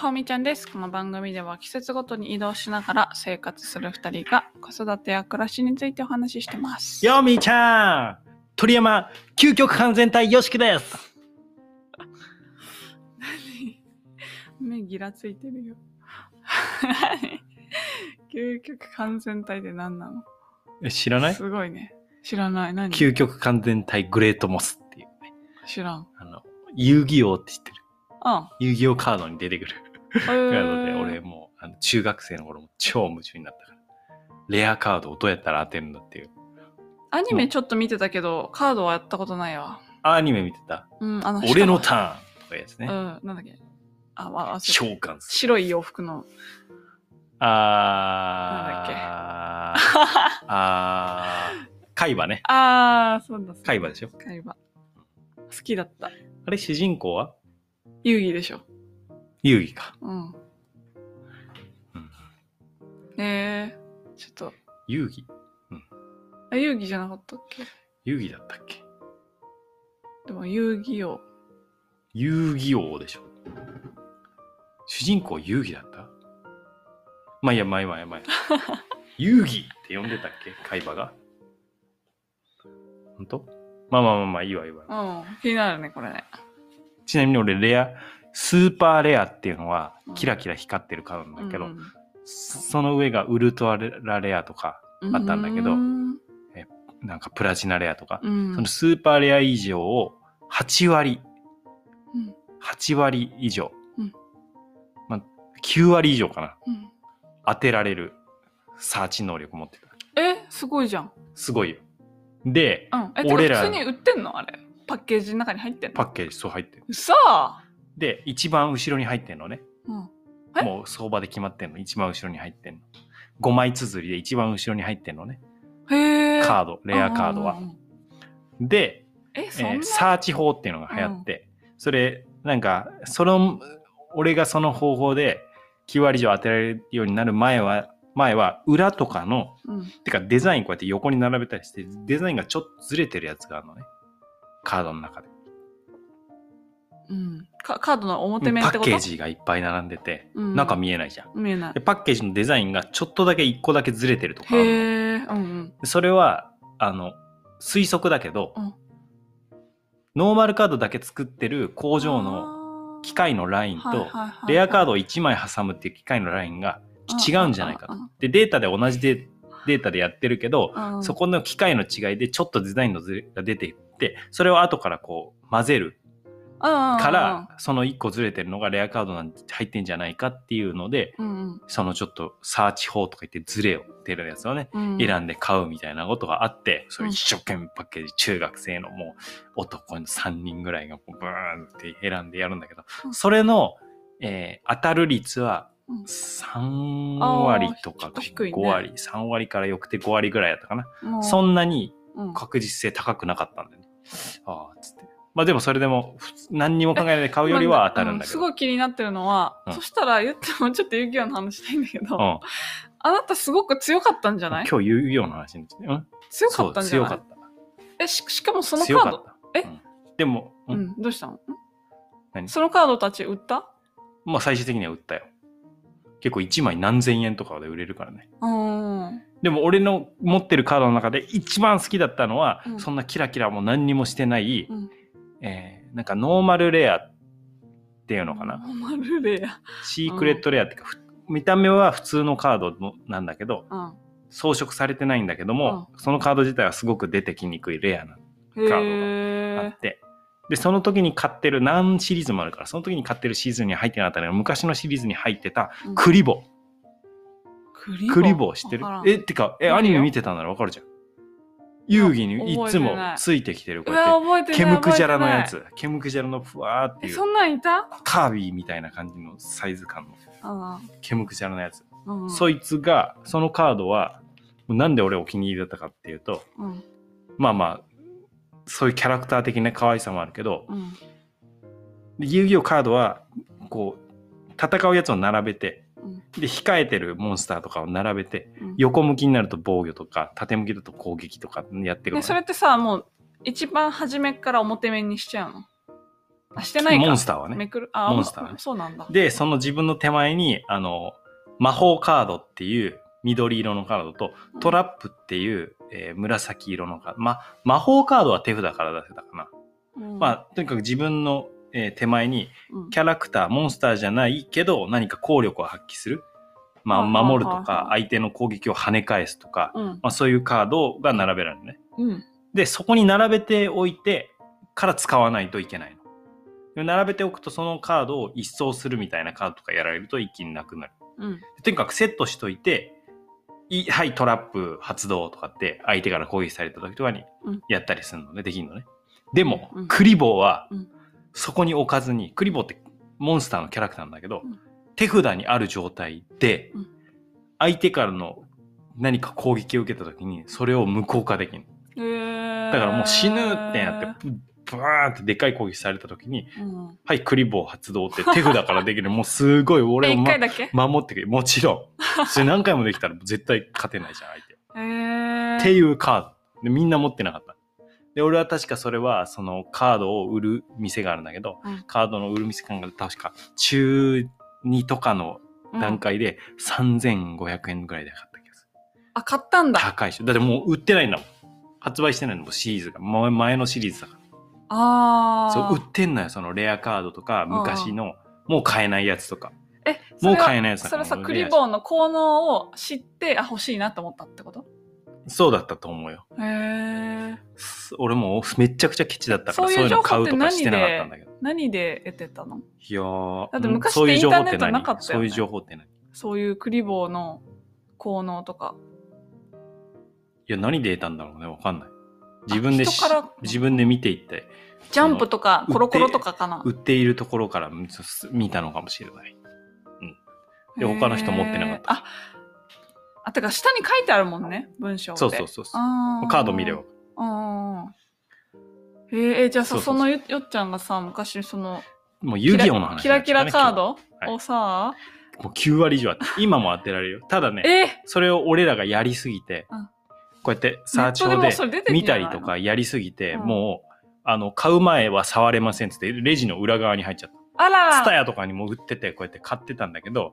ほみちゃんです。この番組では季節ごとに移動しながら生活する二人が子育てや暮らしについてお話ししてます。よみーちゃん鳥山究極完全体よしきです目ギラついてるよ。 究極完全体って何なのえ知らないすごいね。知らない。何究極完全体グレートモスっていうね。知らん。あの、遊戯王って知ってる。 あ、遊戯王カードに出てくる。えーなので、俺もうあの中学生の頃も超夢中になったから。レアカードをどうやったら当てるんだっていう。アニメちょっと見てたけど、カードはやったことないわ。アニメ見てた。うん、あの、俺のしターンとかいうやつかね。もうん、なんだっけ。あ、わ、忘れた召喚する。白い洋服の。 あー。あー。海馬ね。あー、そうだ。海馬でしょ。海馬。好きだった。あれ、主人公は遊戯でしょ。遊戯か。うん。うんえー、ちょっと、遊戯あ遊戯じゃなかったっけ遊戯だったっけでも遊戯王。遊戯王でしょ主人公遊戯だったまあいいやまあいい やまあいいや遊戯って呼んでたっけ海馬が本当まあまあまあまあいいわいいわうん、気になるね、これね。ちなみに俺レアスーパーレアっていうのはキラキラ光ってるカードなんだけど、うんその上がウルトラレアとかうんあったんだけどうん。なんかプラチナレアとか、うんそのスーパーレア以上を8割うん8割以上、うんまあ、9割以上かなうん当てられるサーチ能力持ってたえ、すごいじゃん。すごいよでうん。え、俺俺らら普通に売ってんのあれ。パッケージの中に入ってんパのッケージそう入ってるうそで一番後ろに入ってんのねうん。えもう相場で決まってんの一番後ろに入ってんの5枚綴りで一番後ろに入ってんのねへえ。カーードレアカードはうんうんうんで、え、えそんな、ーサーチ法っていうのが流行って、それなんかその俺がその方法で9割以上当てられるようになる前は前は裏とかのうん。てかデザインこうやって横に並べたりしてデザインがちょっとずれてるやつがあるのねカードの中でうん。カカードの表面パってッことケージがいっぱい並んでて、うん中見えないじゃん見えないで。パッケージのデザインがちょっとだけ1個だけずれてるとかあるのへえ。うんうん。それはあの推測だけど、うんノーマルカードだけ作ってる工工場のの機械のラインとレアカードを1枚挟むっていう機械のラインが違うんじゃないかと。でデータで同じデデータでやってるけど、そこの機械の違いでちょっとデザインのずれが出ていってそれを後からこう混ぜるか、からその1個ずれてるのがレアカードなんて入ってんじゃないかっていうのでうんそのちょっとサーチ法とか言ってずれを出るやつをねうん、選んんで買うみたいなことがあってそれ一生懸命パッケージ中学生のもう男の3人ぐらいがこうブーンって選んでやるんだけどうんそれの、えー当たる率はうん3割とあーちかょっと低い5ね割、3割からよくて5割ぐらいだったかな。うそんなにうん確実性高くなかったんだよね。ああ、つって。まあでもそれでも、普通何にも考えないで買うよりは当たるんだけど。まあうすごい気になってるのは、うんそしたら言ってもちょっと遊戯王の話したいんだけど、うん。あなたすごく強かったんじゃない今日遊戯王の話になってうん強かそっうたんじゃ強かないった。えししかもそのカ強ーかドった。えうんでも、ううんん、どうしたの何そのカードたち売ったまあ最終的には売ったよ。結構1枚何千円とかで売れるからね。うんでも俺の持ってるカードの中で一番好きだったのは、うんそんなキラキラも何にもしてない、うんえーなんかノーマルレアっていうのかな。まるでや、シークレットレアっていうか、ふ見た目は普通のカードのなんだけど、うん、装飾されてないんだけども、そのカード自体はすごく出てきにくいレアなへがあえって、でその時に買ってる何シリーズもあるからその時に買ってるシリーズには入ってなかったのが昔のシリーズに入ってたうんクリボ、クリボークリボー知ってるわからんえってか見えてるよアニメ見てたならわかるじゃん遊戯にいつもついてきてるこううやわっ覚えててないケムクジャラのや覚えてないつケムクジャラのふわーってえいうそんなんいたカービィみたいな感じのサイズ感のケムクジャラのやつ、うんそいつがそのカードはなんで俺お気に入りだったかっていうとうんまあまあそういうキャラクター的な可愛さもあるけど、うんで遊戯王カードはこう戦うやつを並べてうんで控えてるモンスターとかを並べてうん横向きになると防御とか縦向きだと攻撃とかやってくるえそれってさもう一番初めから表面にしちゃうのあしてないかモンスターはねめくるあモンスターねそうなんだで、その自分の手前に、あの、魔法カードっていう緑色のカードと、トラップっていう、えー紫色のカード。ま、魔法カードは手札から出せたかな。うん、まあ、とにかく自分の、えー手前に、うんキャラクター、モンスターじゃないけど、何か効力を発揮する。まあ、はいはいはいはい守るとか、相手の攻撃を跳ね返すとか、うんまあ、そういうカードが並べられるね。うんで、そこに並べておいてから使わないといけないの。で並べておくとそのカードを一掃するみたいなカードとかやられると一気になくなる。うんとにかくセットしといて、いはい、トラップ発動とかって相手から攻撃された時とかにうんやったりするので、できるのね。でもうん、クリボーはうんそこに置かずに、クリボーってモンスターのキャラクターなんだけどうん、手札にある状態でうん、相手からの何か攻撃を受けた時に、それを無効化できる。えーだからもう死ぬってなって、ブワーンってでかい攻撃された時に、うんはい、クリボー発動って手札からできる。もうすごい、え俺一も回だけ守ってくれ。もちろん。それ何回もできたら絶対勝てないじゃん、相 手。えっーていうカード。で、みんな持ってなかった。で、俺は確かそれは、そのカードを売る店があるんだけど、うんカードの売る店が確か中2とかの段階で3500円ぐらいで買った気がする。うんあ買ったんだ高いでしょ。だってもう売ってないんだもん。発売してないのもうシリーズが。前前のシリーズだから。ああそう売ってんのよそのレアカードとかうん昔のもう買えないやつとかえそもれうは買えないやつだそかれらさもうクレアリじゃんボーの効能を知ってあ欲しいなと思ったってことそうだったと思うよへえす俺もうめちゃくちゃケチだったかそうらいうそういうの買うと情報っかてしてなかったんだけど何で得てたのいやーだって昔そういう情報ってインターネットなかったよねそういう情報って何いそういうクリボーの効能とかや何で得たんだろうねわかんない自分でし人から自分で見ていってジャンプとかそのコロコロとかかな。売っているところからうんす見たのかもしれないで他の人持ってなかったあ、あてか下に書いてあるもんね、文章って。そうそうそうそうあカード見れば。あえー、えーじゃあさそそうそうそうのよよっちゃんがさ昔そのもう遊戯王の話キラキラカー今ドをさ、日もう9割以上あって今も当てられるよただねえーそれを俺らがやりすぎて、うんこうやってサネーッチトで表もでそれ出てん見じゃたないりのとかやりすぎて、うんもう、あの、買う前は触れませんっつって、レジの裏側に入っちゃっあらた。らツタヤとかにも売ってて、こうやって買ってたんだけど、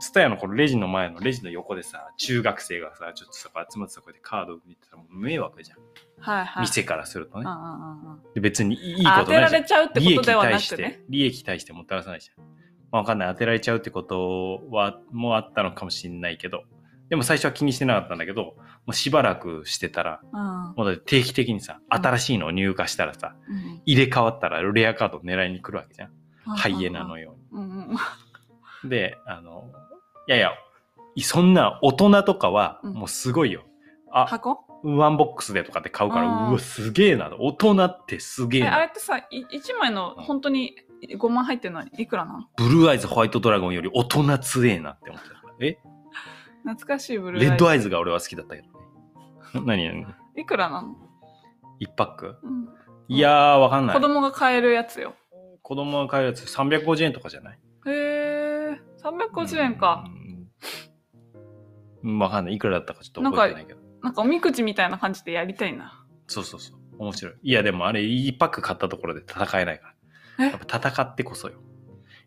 ツタヤのこのレジの前のレジの横でさ、中学生がさ、ちょっとさ、集まってさ、こうやってカードを見てたらもう迷惑じゃん。うん、はいはい。店からするとうんねう。んうんうんで別にいいことあ当てならいじれ。ちゃうゃんってこ利と益ではな対しくねて。、利益対してもったらさないじゃん。まあ、わかんない。当てられちゃうってことは、もうあったのかもしんないけど。でも最初は気にしてなかったんだけど、もうしばらくしてたら、うんうんもうだって定期的にさ、新しいのを入荷したらさ、うん入れ替わったらレアカード狙いに来るわけじゃん。ハイエナの。ようんうんうに。で、あの、いやいや、いそんな大人とかは、うんもうすごいよ。あ、箱ワンボックスでとかって買うから、あーうわ、すげえな。大人ってすげええあれな。ってさ、い一枚の本当に5万入ってるのにいくらなのブルーアイズ、ホワイトドラゴンより大人強えなって思ってたから。え懐かしいブルーレッドアイズ。ズが俺は好きだったけどね。 何何いくらなの、一パックうんいやー、わかんない。子供が買えるやつよ。子供が買えるやつ350円とかじゃないへえ、350円か。。うんうん、わかんない。いくらだったかちょっと覚えてないけど。なんかおみくじみたいな感じでやりたいな。そうそうそう。面白い。いや、でもあれ、一パック買ったところで戦えないから。えやっぱ戦ってこそよ。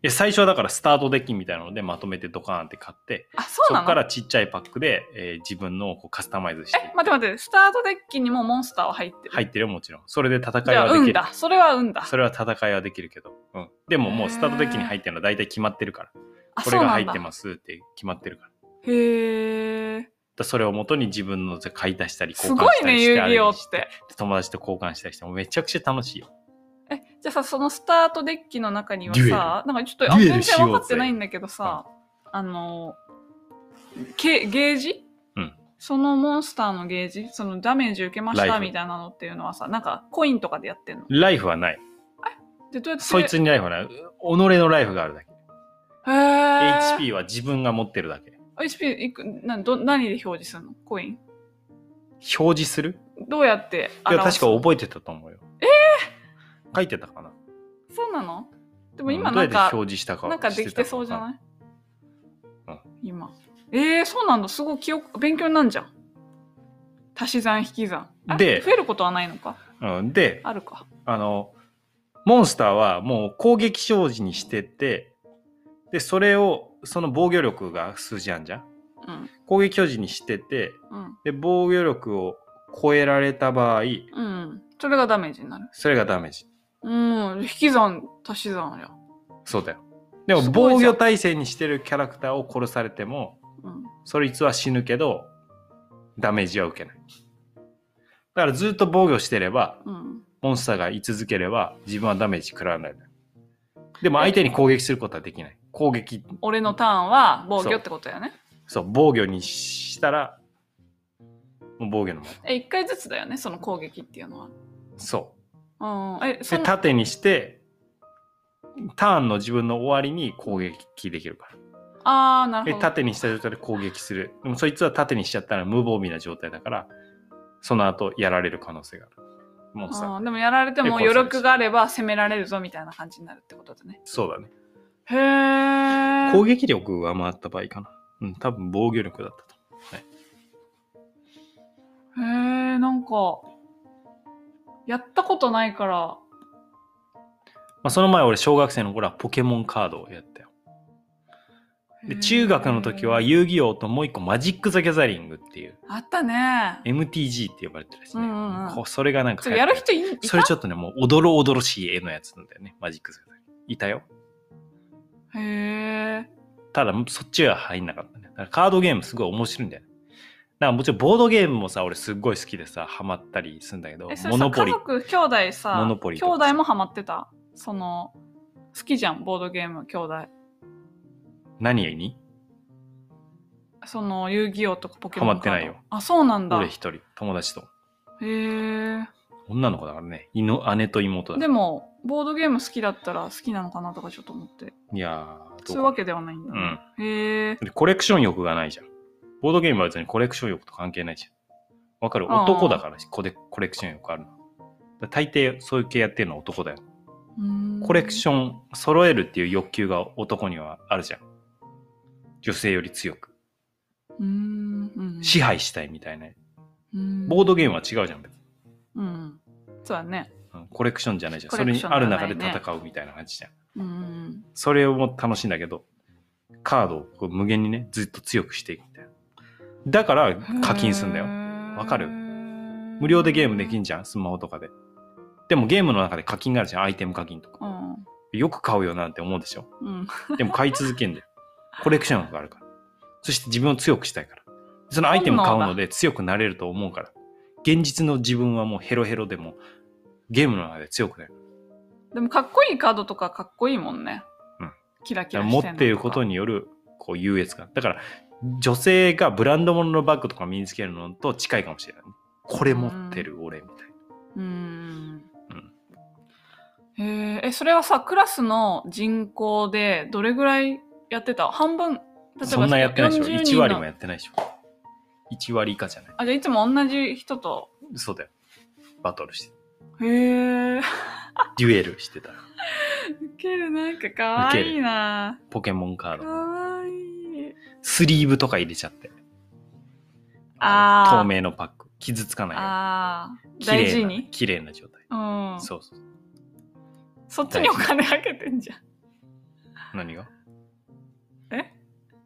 いや、最初はだからスタートデッキみたいなのでまとめてドカーンって買って、あ、そうそなこのからちっちゃいパックで、えー自分のをこうカスタマイズしていくえ、待って待って、スタートデッキにもモンスターは入ってる。入ってるよ、もちろん。それで戦じいゃはあ、でき運る。だ。それは運だ。それは戦いはできるけど。うん。でももうスタートデッキに入ってるのは大体決まってるから。あ、こそうれがな入んっだて。ますって決まってるから。へえ。だそれを元に自分の買い足したりす交ご換しいたりね、して遊あ戯れ王にっしてて。友達と交換したりしてもめちゃくちゃ楽しいよ。え、じゃあさ、そのスタートデッキの中にはデュエルさ、なんかちょっと、あデュエ全ルしようぜ然分かってないんだけどさ、あの、けゲージ、うんそのモンスターのゲージ、そのダメージ受けましライたフみたいなのっていうのはさ、なんかコインとかでやってんの。ライフはない。で、どうやって、そいつにライフはない。己のライフがあるだけ。へー HP は自分が持ってるだけ。 HP いくなんど何で表示するのコイン。表示するどうやっていや、表確すか覚えてたと思うよ。ええ書いてたかな。そうなのででも今なんどうやっかて、表示したかなんかできてそうじゃいないかん今。えー、そうなんだ。すごい記憶、勉強になんじゃん。足し算、引き算。あで増えることはないのかうん、で、あるか。あの、モンスターはもう攻撃表示にしててでそれをその防御力が数字あんじゃんうん攻撃表示にしててうんで防御力を超えられた場合うんそれがダメージになるそれがダメージうん引き算足し算やそうだよでもすごい防じゃん御体制にしてるキャラクターを殺されてもうんそいつは死ぬけどダメージは受けないだからずっと防御してればうんモンスターが居続ければ自分はダメージ食らわないのよでも相手に攻撃することはできない攻撃俺のターンは防御ってことやねそう防御にしたらもう防御のままえ一回ずつだよねその攻撃っていうのはそうんえうそでの縦にしてターンの自分の終わりに攻撃できるからああなるでほど縦にした状態で攻撃するでもそいつは縦にしちゃったら無防備な状態だからその後やられる可能性があるモンスターうんでもやられてもで殺され余ちゃう力があれば攻められるぞみたいな感じになるってことだねそうだねへえ攻撃力上回った場合かなうん多分防御力だったとへえなんかやったことないからまあ、その前俺小学生の頃はポケモンカードをやったよ。で中学の時はへー遊戯王ともう一個マジック・ザ・ギャザリングっていうあったね MTG って呼ばれてるやつね。うんうんうんこうそれがなんかちょ流や行るっ人ていいそれちょっとね、もうおどろおどろしい絵のやつなんだよね。マジック・ザ・ギャザリング。いたよ。へえただそっちは入んなかったね。だからカードゲームすごい面白いんだよね。だからもちろんボードゲームもさ、俺すっごい好きでさ、ハマったりするんだけどえ、それモさノポ家リ。族兄弟さモノポリ兄とかさ弟もハマってたその好きじゃんボードゲーム兄弟何絵にその遊戯王とかポケモンハマってないよカードあそうなんだ俺へ一人、友達と。え女の子だからね、いの姉と妹だでもボードゲーム好きだったら好きなのかなとかちょっと思っていやー、そうういどかうなわけではないんだね、へえでコレクション欲がないじゃん。ボードゲームは別にコレクション欲と関係ないじゃん。わかるあー男だからコレコレクション欲あるの。だ大抵そういう系やってるのは男だよ。コレクションョン揃えるっていう欲求が男にはあるじゃん。女性より強く。うーんうん支配したいみたいな。うんボードゲームは違うじゃん。別にうんそうだねうんコレクションじゃないじゃん。コそレれクにションある中じでゃないね戦うみたいな感じじゃん。うんそれをも楽しいんだけど、カードをこう無限にね、ずっと強くしていくみたいな。だから課金すんだよ。わわかる無料でゲームできんじゃんスマホとかで。でもゲームの中で課金があるじゃんアイテム課金とか。うんよく買うよなんて思うでしょ。うんでも買い続 けんだよ。コレクションがあるから。そして自分を強くしたいから。そのアイテム買うので強くなれると思うから。現実の自分はもうヘロヘロでもゲームの中で強くなる。でもかっこいいカードとかかっこいいもんねうんキラキだラからして持っていることにによるこう優越感。だから女性がブランド物のバッグとか身につけるのと近いかもしれない。これ持ってる俺みたいな。うんへーえそれはさクラスの人口でどれぐらいやってた半分例えばそんなやってないでしょ。 40 1人の割もやってないでしょ。1割以下じゃない。あじゃあいつも同じ人とそうだよ。バトルして。へえデュエルしてた。ウケるなんかかわいいなポケモンカーかド。わいいスリーブとか入れちゃって。あーの透明のパック。傷つかないよあうーに。大綺麗事なに綺麗な状態。うんそうそう。そっちにお金かけてんじゃん何がえ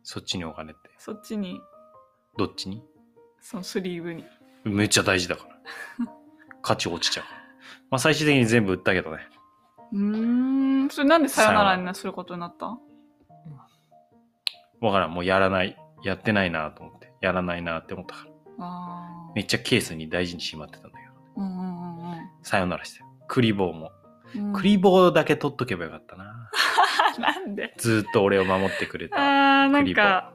そっちにお金って。そっちにどっちにそのスリーブにめっちゃ大事 だから。価値落ちちゃうから。まあ最終的に全部売ったけどね。うーんそれなんでさよならになすることになったわからん。もうやらない。やってないなと思って。やらないなって思ったから。ああめっちゃケースに大事にしまってたんだけど。うんうんうんさよならしてる。クリボーも。うんうんクリボーだけ取っとけばよかったな。あ なんでずーっと俺を守ってくれた。あーなクんリボーか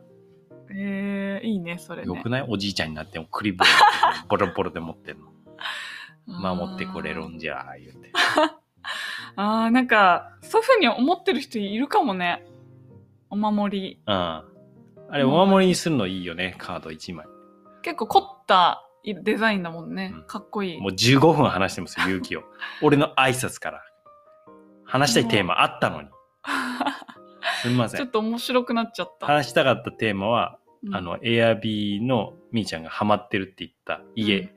えー、いいねそれねよくないおじいちゃんになってもクリボーボロボロで持ってんの。 守ってくれるんじゃー、言うて。あーなんかそういうふうに思ってる人いるかもねお守りうん。あれ、お守りにするのいいよね、カード1枚。結構凝ったデザインだもんね、うんかっこいいもう15分話してますよ、勇気を。俺の挨拶から。話したいテーマあったのに。すみま せちょっん。と面白くなっちゃった、話したかったテーマは、うんあ、の、エアビーのみーちゃんがハマってるって言った家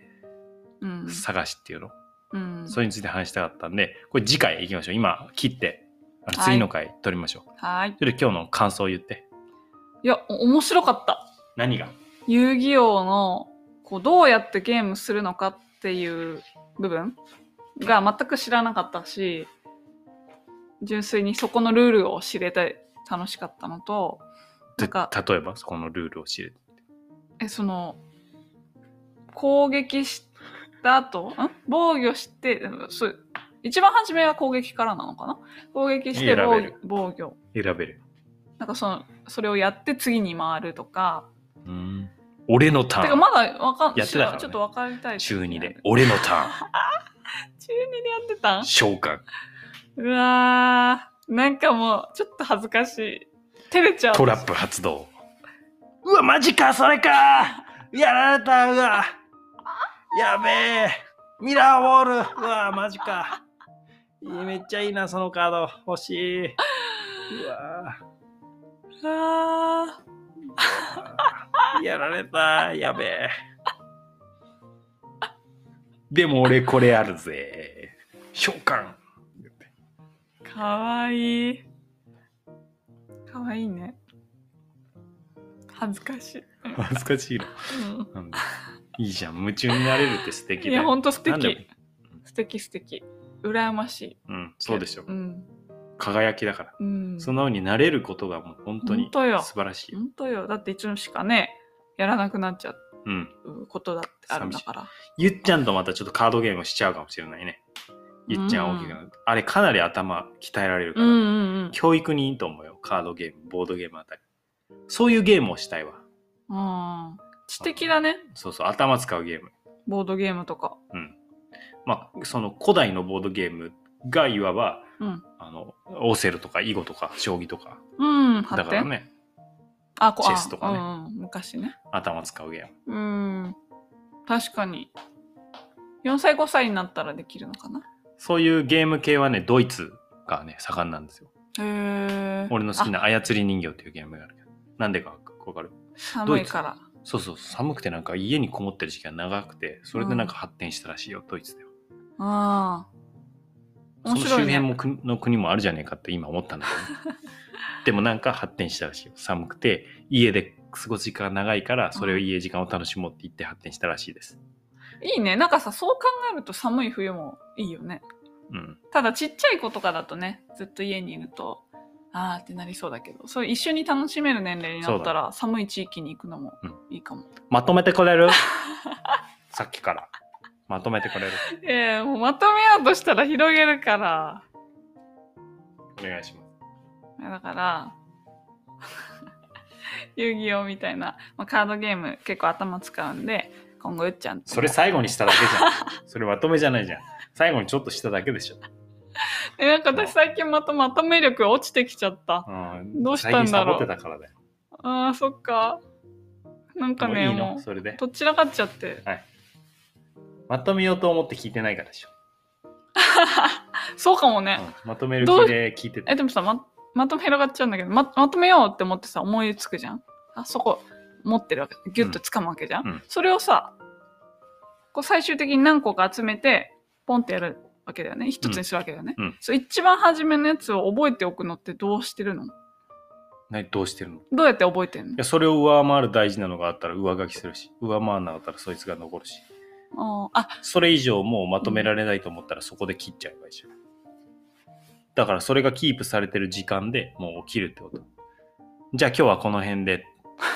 うん探しっていうの。うん。それについて話したかったんで、これ次回行きましょう。今、切って、あのはい次の回撮りましょう。はーい。それで今日の感想を言って。いや、お面白かった。何が遊戯王のこうどうやってゲームするのかっていう部分が全く知らなかったし純粋にそこのルールを知れて楽しかったのとなんか例えば、そこのルールを知る。えその攻撃した後ん防御してうんそう一番初めは攻撃からなのかな攻撃して選べ防る防御選べる。なんかそのそれをやって次に回るとかうん。俺のタてかーン。まだわかんやってたからねちょっと分かりたいです中ね2で。俺のタ中二でやってたーん ン。召喚。うわー、なんかもう、ちょっと恥ずかしい。照れちゃう。トラップ発動。うわ、マジか、それかやられた、うわ。やべえ。ミラーボール。うわ、マジか。いいめっちゃいいな、そのカード。欲しい。うわ。うわやられた、やべえ。でも俺これあるぜ。召喚。ー、かわいい。かわいいね。恥ずかしい。恥ずかしいな。うなんだいいじゃん、夢中になれるって素敵ん、いだよ。や、ほんと素なんだよ敵。素敵素敵。羨ましい。うん、そうでしょう。ん。輝きだから。うん。そんな風になれることがもう本当に本当よ素晴らしい。本当よ。だっていつしかね、やらなくなっちゃうん。うことだってあるんだから。ゆっちゃんとまたちょっとカードゲームしちゃうかもしれないね。ゆっちゃん大きくなる。あれかなり頭鍛えられるかうら。んうん教育にいいと思うよ。カードゲーム、ボードゲームあたり。そういうゲームをしたいわ。うん。うん。知的だね。そうそう、頭使うゲーム。ボードゲームとか。うん。まあ、その古代のボードゲームがいわば、うん。あの、オセルとか囲碁とか将棋とか、うん。だ発から展。ね、あ、こうチェスとかねあうんうん、昔ね。頭使うゲーム。うん。確かに。4歳、5歳になったらできるのかな。そういうゲーム系はね、ドイツがね、盛んなんですよ。へえ。俺の好きな。な操り人形っていうゲームがあるけど。なんでかわかるド寒イいツから。そうそう、寒くてなんか家にこもってる時間長くて、それでなんか発展したらしいよ、ドイツでは。ああ。面その周白い辺ね。も国の国もあるじゃねえかって今思ったんだ けどね、でもなんか発展したらしいよ寒くて家で過ごす時間が長いからそれを家時間を楽しもうって言って発展したらしいですいいね。なんかさ、そう考えると寒い冬もいいよね。うんただちっちゃい子とかだとね、ずっと家にいると、あーってなりそうだけど、そう一緒に楽しめる年齢になったら、寒い地域に行くのもうんいいかも。まとめてく れるさっきからまとめてくれるええもうまとめようとしたら広げるから。お願いしますだから、 遊戯王みたいな、まあ、カードゲーム結構頭使うんで、今後うっちゃんとそれ最後にしただけじ ゃんそれまとめじゃないじゃん最後にちょっとしただけでしょ、えなんか私最近またまとめ力落ちてきちゃった。うん、どうしたんだろう最近サボってたからだよああ、そっか。なんかね、もういいもう、のそれでとっちらかっちゃって。まとめようと思って聞いてないからでしょ、そうかもね。うんまとめる気で聞いてえ、てでもさ、ま、まとめ広がっちゃうんだけど、ま、まとめようって思ってさ、思いつくじゃん。あそこ、持ってるわけ。ギュッと掴むわけじゃん。うんうんそれをさ、こう最終的に何個か集めて、ポンってやるわけだよね。一つにするわけだよね。うんうんそう一番初めのやつを覚えておくのってどうしてるの何どうしてるのどうやって覚えていんのやそれを上回る大事なのがあったら上書きするし上回らなかったらそいつが残るしあーあ、それ以上もうまとめられないと思ったらそこで切っちゃえばいいじゃんだからそれがキープされてる時間でもう起きるってことじゃあ今日はこの辺で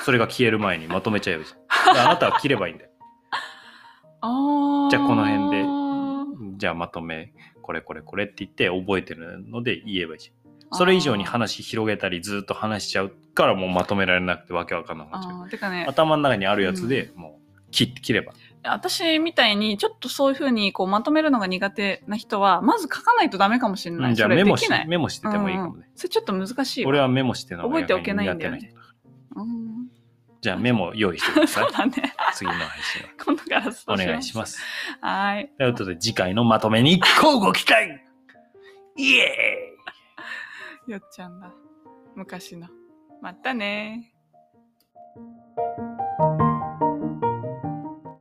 それが消える前にまとめちゃえばいいじゃんだからあなたは切ればいいんだよあーじゃあこの辺でじゃあまとめこれこれこれって言って覚えてるので言えばいいじゃんそれ以上に話広げたりずっと話しちゃうからもうまとめられなくてわけわかんなくなっちゃうあーてかね、頭の中にあるやつでもう切って切れば私みたいにちょっとそういうふうにこうまとめるのが苦手な人は、まず書かないとダメかもしれない。うんじゃあそれメモできしない。メモしててもいいかもね。それちょっと難しいわ俺はメモしての方が覚えておけないんだよね苦手人からうん じゃあメモ用意してくださそ。いう だね。次の配信は。今度からそおう。願いしますす。はーい。ということで次回のまとめに乞うご期待イエーイよっちゃんだ。昔の。またねー。